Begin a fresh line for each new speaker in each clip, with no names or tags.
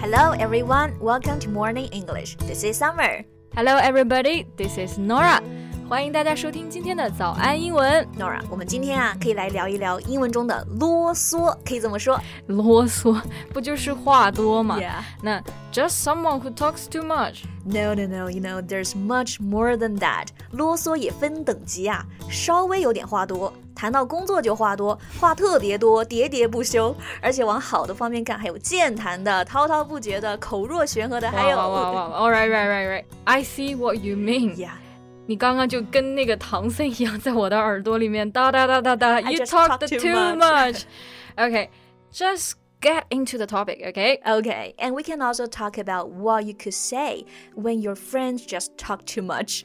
Hello everyone, welcome to Morning English. This is Summer.
Hello, everybody. This is Nora. 欢迎大家收听今天的早安英文。
Nora，我们今天啊可以来聊一聊英文中的啰嗦，可以这么说。
啰嗦不就是话多吗
Yeah.
那 just someone who talks too much。
No, no, no. You know, there's much more than that. 啰嗦也分等级啊，稍微有点话多，谈到工作就话多，话特别多，喋喋不休，而且往好的方面看，还有健谈的、滔滔不绝的、口若悬河的，还有
哇哇哇哇！All right, right, right, right. I see what you mean.
Yeah.
你刚刚就跟那个唐僧一样，在我的耳朵里面哒哒哒哒哒。
I
You
just
talked
talked too
too much. Okay, just get into the topic. Okay.
Okay, and we can also talk about what you could say when your friends just talk too much.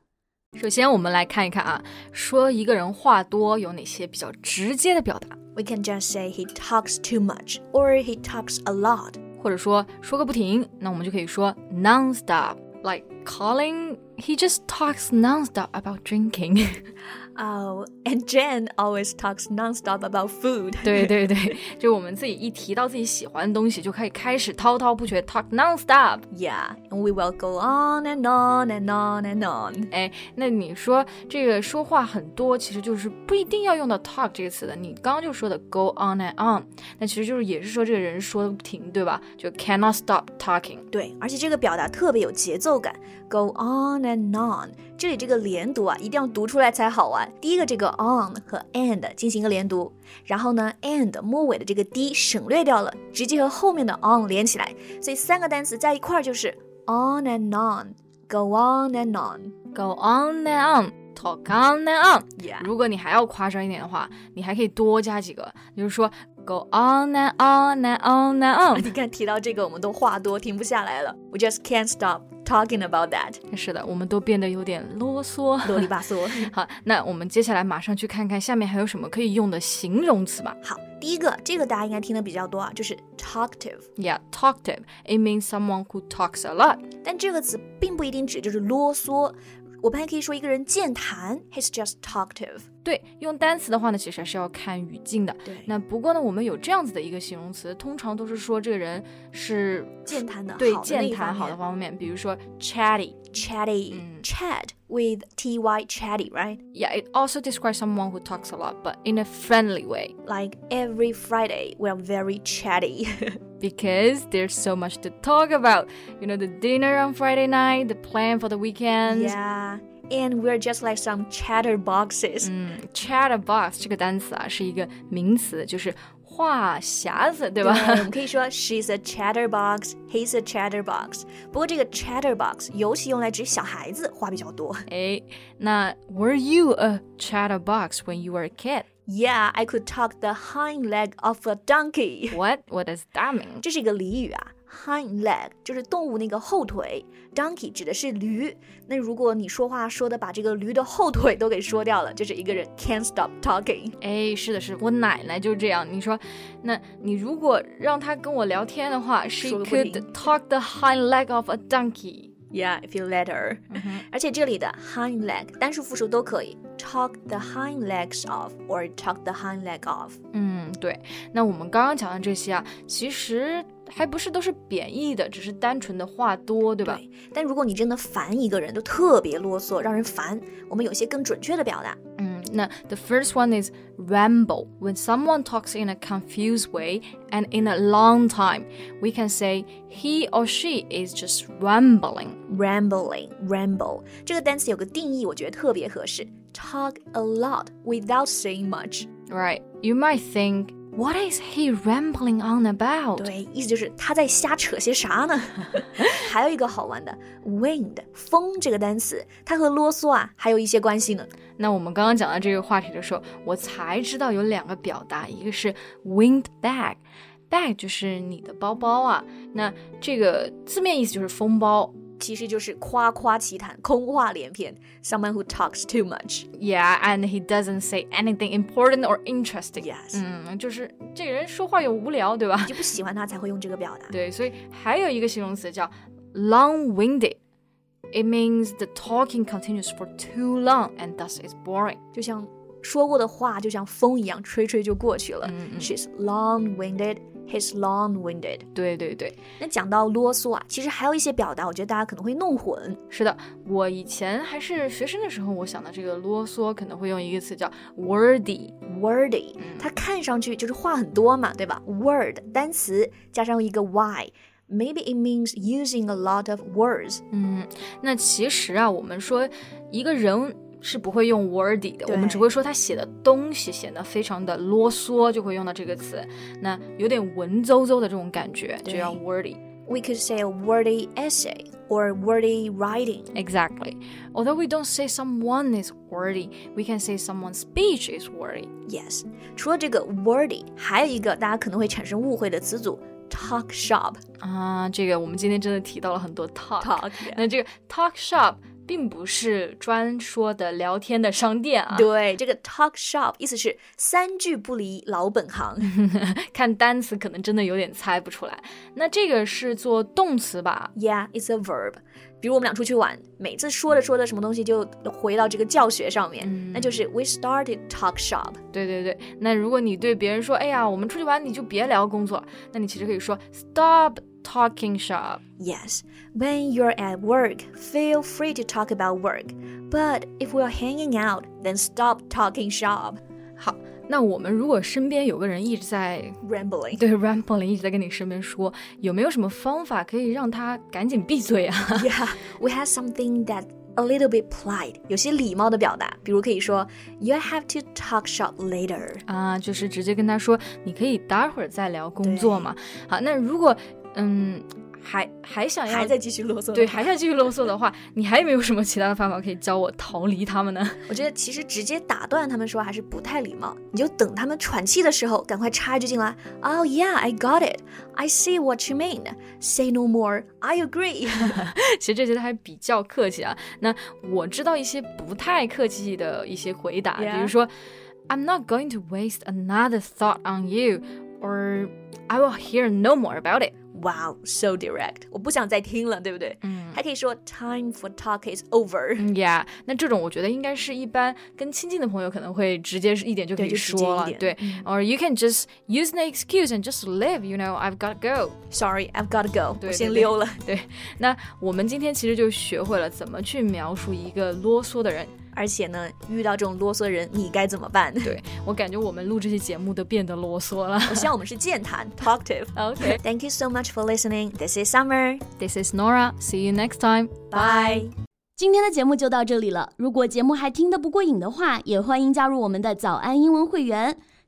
首先，我们来看一看啊，说一个人话多有哪些比较直接的表达，
We can just say he talks too much or he talks a lot.
或者说说个不停，那我们就可以说 nonstop。Like Colin, he just talks nonstop about drinking
哦、oh,，and Oh, Jen always talks nonstop about food.
对对对，就是我们自己一提到自己喜欢的东西，就可以开始滔滔不绝 talk nonstop。
Yeah, and we will go on and on and on and on.
哎，那你说这个说话很多，其实就是不一定要用到 talk 这个词的。你刚刚就说的 go on and on，那其实就是也是说这个人说的不停，对吧？就 cannot stop talking。
对，而且这个表达特别有节奏感，go on and on。这里这个连读啊，一定要读出来才好玩。第一个这个 on 和 and 进行一个连读，然后呢 and 末尾的这个 d 省略掉了，直接和后面的 on 连起来，所以三个单词在一块儿就是 on and on，go on and on。
Go on and on, talk on and on。
Yeah.
如果你还要夸张一点的话，你还可以多加几个，比如说 Go on and on and on and
你看，提到这个，我们都话多，停不下来了。We just can't stop talking about that，
on。是的，我们都变得有点啰嗦。
啰里吧嗦。
好，那我们接下来马上去看看下面还有什么可以用的形容词吧。
好，第一个，这个大家应该听的比较多啊，就是 talkative。
Yeah, talkative. It means someone who talks a lot.
但这个词并不一定指就是啰嗦，我们还可以说一个人健谈，he's just talkative。
对，用单词的话呢，其实还是要看语境的。
对那
那不过呢，我们有这样子的一个形容词，通常都是说这个人是
健谈的
对
好的那
健
一
谈
方
好的
面
方面，比如说 chatty。
chatty、
嗯
chat with t y chatty right
Yeah, it also describes someone who talks a lot, but in a friendly way
like every Friday we are very chatty。
because there's so much to talk about. You know, the dinner on Friday night, the plan for the weekend.
yeah, and we're just like some chatterboxes、
嗯，chatterbox 这个单词啊是一个名词，就是话匣子，对
对
吧？
我们可以说 she's a chatterbox, he's a chatterbox。不过这个 chatterbox 尤其用来指小孩子，话比较多。
哎，那 Were you a chatterbox when you were a kid?
Yeah, I could talk the hind leg of a donkey。
What What does that mean?
这是一个俚语啊，hind leg 就是动物那个后腿，donkey 指的是驴。那如果你说话说的把这个驴的后腿都给说掉了，就是一个人 can't stop talking。
哎，是的，是的我奶奶就这样。你说，那你如果让她跟我聊天的话，she
说个不停
could talk the hind leg of a donkey。
Yeah, if you let her、而且这里的 hind leg 单数复数都可以，talk the hind legs off or talk the hind leg off。
嗯，对。那我们刚刚讲的这些啊，其实还不是都是贬义的，只是单纯的话多，对吧？
对但如果你真的烦一个人，就特别啰嗦，让人烦，我们有些更准确的表达。
嗯，那 the first one is ramble. When someone talks in a confused way and in a long time, we can say he or she is just rambling.
Rambling, ramble 这个单词有个定义，我觉得特别合适。Talk a lot without saying much。
Right? You might think, what is he rambling on about?
对，意思就是他在瞎扯些啥呢？ 还有一个好玩的 wind 风这个单词，它和啰嗦啊还有一些关系呢。
那我们刚刚讲到这个话题的时候，我才知道有两个表达，一个是 wind bag。bag 就是你的包包啊，那这个字面意思就是风包，
其实就是夸夸其谈、空话连篇。Someone who talks too much.
Yeah, and he doesn't say anything important or interesting.
Yes.
嗯，就是这个人说话又无聊，对吧？
你就不喜欢他才会用这个表达。
对，所以还有一个形容词叫 long-winded。It means the talking continues for too long and thus is boring.
就像说过的话，就像风一样，吹吹就过去了。
嗯嗯
She's long-winded. He's long-winded.
对对对，
那讲到啰嗦啊，其实还有一些表达，我觉得大家可能会弄混。
是的，我以前还是学生的时候，我想到这个啰嗦可能会用一个词叫 wordy。
wordy，它看上去就是话很多嘛，对吧？word 单词加上一个 y，maybe it means using a lot of words。
嗯，那其实啊，我们说一个人是不会用 wordy 的，
对
我们只会说他写的东西显得非常的啰嗦，就会用到这个词。那有点文绉绉的这种感觉，就
对
叫 wordy。
We could say a wordy essay or wordy writing。
Exactly. Although we don't say someone is wordy, we can say someone's speech is wordy.
Yes，除了这个 wordy，还有一个大家可能会产生误会的词组 talk shop。
啊，这个我们今天真的提到了很多 talk。
talk
那这个 talk shop 并不是专说的聊天的商店啊。
对，这个 talk shop 意思是三句不离老本行。
看单词可能真的有点猜不出来。那这个是做动词吧？
Yeah, it's a verb。比如我们俩出去玩，每次说着说着什么东西就回到这个教学上面，那就是 we started talk shop。
对对对。那如果你对别人说，哎呀，我们出去玩，你就别聊工作了，那你其实可以说 stop talking shop。
Yes, when you're at work, feel free to talk about work. But if we're hanging out, then stop talking shop.
好，那我们如果身边有个人一直在
Rambling.
对 rambling 一直在跟你身边说，有没有什么方法可以让他赶紧闭嘴啊？
Yeah, we have something that a little bit polite. 有些礼貌的表达，比如可以说 "You have to talk shop later."
啊，就是直接跟他说，你可以待会儿再聊工作嘛。好，那如果嗯还还想要
还在继续啰嗦。
对，还想继续啰嗦的话，你还有没有什么其他的方法可以教我逃离他们呢？
我觉得其实直接打断他们说还是不太礼貌，你就等他们喘气的时候，赶快插一句进来。Oh yeah, I got it. I see what you mean. Say no more. I agree.
其实这些都还比较客气啊。那我知道一些不太客气的一些回答
Yeah.
比如说，I'm not going to waste another thought on you, or I will hear no more about it。
Wow, so direct. 我不想再听了，对不对？
嗯
还可以说 Time for talk is over.
嗯，Yeah，那这种我觉得应该是一般跟亲近的朋友可能会直接一点就可
对
以
就直接
说了
一，点嗯
对，or you can just use an excuse and just leave. You know, I've got to go.
Sorry, I've got to go.
对
我先溜了。
对，那我们今天其实就学会了怎么去描述一个啰嗦的人。
而且呢，遇到这种啰嗦人，你该怎么办？
对我感觉我们录这期节目都变得啰嗦了。
我希望我们是健谈 （talkative）。
OK,
Thank you so much for listening. This is Summer.
this is Nora. See you next time.
Bye.
今天的节目就到这里了。如果节目还听得不过瘾的话，也欢迎加入我们的早安英文会员。